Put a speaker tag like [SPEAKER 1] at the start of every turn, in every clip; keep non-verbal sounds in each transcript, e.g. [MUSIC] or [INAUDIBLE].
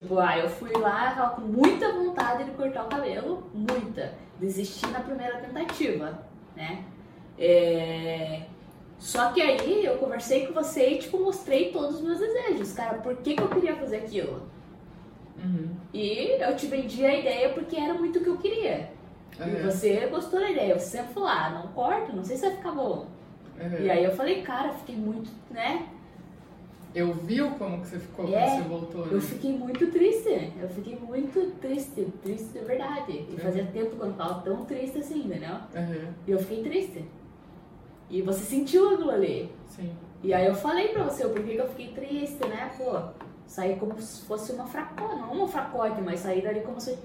[SPEAKER 1] Tipo, ah, eu fui lá, tava com muita vontade de cortar o cabelo, muita. Desisti na primeira tentativa, né? É, Só que aí eu conversei com você e, tipo, mostrei todos os meus desejos. Cara, por que, que eu queria fazer aquilo?
[SPEAKER 2] Uhum.
[SPEAKER 1] E eu te vendi a ideia porque era muito o que eu queria.
[SPEAKER 2] É.
[SPEAKER 1] E você gostou da ideia. Você falou, ah, não corto, não sei se vai ficar bom.
[SPEAKER 2] Uhum.
[SPEAKER 1] E aí eu falei, cara, fiquei muito, né?
[SPEAKER 2] Eu viu como que você ficou quando
[SPEAKER 1] É.
[SPEAKER 2] você voltou, né?
[SPEAKER 1] Eu fiquei muito triste. Eu fiquei muito triste, triste de verdade. E
[SPEAKER 2] Uhum.
[SPEAKER 1] fazia tempo que eu não tava tão triste assim, entendeu?
[SPEAKER 2] Uhum.
[SPEAKER 1] E eu fiquei triste. E você sentiu aquilo ali.
[SPEAKER 2] Sim.
[SPEAKER 1] E aí eu falei pra você o porquê que eu fiquei triste, né? Pô, saí como se fosse uma fracote, não uma fracote, mas saí dali como se.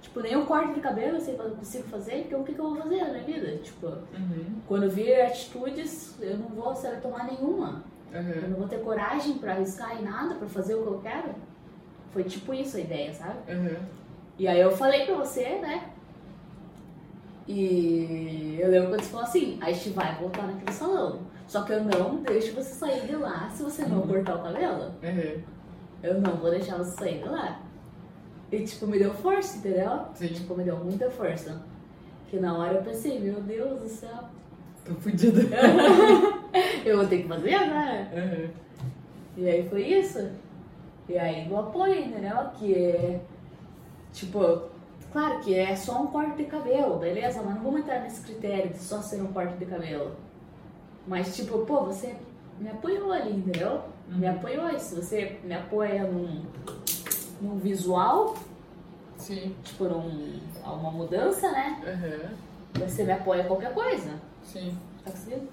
[SPEAKER 1] Tipo, nem um corte de cabelo eu sei que eu consigo fazer, então o que, que eu vou fazer na minha vida? Tipo,
[SPEAKER 2] Uhum.
[SPEAKER 1] quando eu vir atitudes, eu não vou saber tomar nenhuma. Eu
[SPEAKER 2] Uhum.
[SPEAKER 1] não vou ter coragem pra arriscar em nada, pra fazer o que eu quero. Foi tipo isso a ideia, sabe?
[SPEAKER 2] Uhum.
[SPEAKER 1] E aí eu falei pra você, né? E eu lembro quando você falou assim, a gente vai voltar naquele salão. Só que eu não deixo você sair de lá se você não
[SPEAKER 2] Uhum.
[SPEAKER 1] cortar o cabelo.
[SPEAKER 2] Uhum.
[SPEAKER 1] Eu não vou deixar você sair de lá. E tipo, me deu força, entendeu?
[SPEAKER 2] Sim.
[SPEAKER 1] Tipo, me deu muita força. Que na hora eu pensei, meu Deus do céu. [LAUGHS]
[SPEAKER 2] Tô fodida.
[SPEAKER 1] eu vou ter que fazer agora.
[SPEAKER 2] Uhum.
[SPEAKER 1] E aí foi isso. E aí do apoio, entendeu? Que é. Tipo, claro que é só um corte de cabelo, beleza? Mas não vamos entrar nesse critério de só ser um corte de cabelo. Mas tipo, pô, você me apoiou ali, entendeu? Me
[SPEAKER 2] Uhum.
[SPEAKER 1] apoiou. E se você me apoia num, num visual,
[SPEAKER 2] Sim.
[SPEAKER 1] tipo, num, uma mudança, né?
[SPEAKER 2] Uhum.
[SPEAKER 1] Você me apoia em qualquer coisa.
[SPEAKER 2] Sim.
[SPEAKER 1] Tá conseguindo?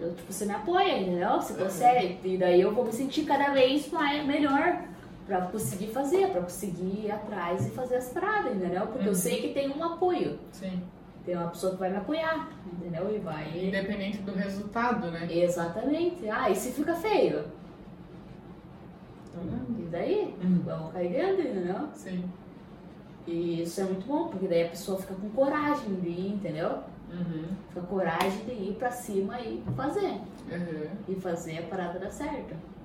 [SPEAKER 1] Eu, tipo, você me apoia, entendeu? Você consegue. E daí eu vou me sentir cada vez mais, melhor pra conseguir fazer, pra conseguir ir atrás e fazer as paradas, entendeu? Porque eu
[SPEAKER 2] Uhum.
[SPEAKER 1] sei que tem um apoio.
[SPEAKER 2] Sim.
[SPEAKER 1] Tem uma pessoa que vai me apoiar, entendeu? E vai.
[SPEAKER 2] Independente do resultado, né?
[SPEAKER 1] Exatamente. Ah, e se fica feio? Então, E daí?
[SPEAKER 2] Uhum.
[SPEAKER 1] Vamos cair dentro, entendeu?
[SPEAKER 2] Sim.
[SPEAKER 1] E isso é muito bom, porque daí a pessoa fica com coragem de ir, entendeu?
[SPEAKER 2] Uhum.
[SPEAKER 1] Fica com coragem de ir pra cima e fazer.
[SPEAKER 2] Uhum.
[SPEAKER 1] E fazer a parada dar certo.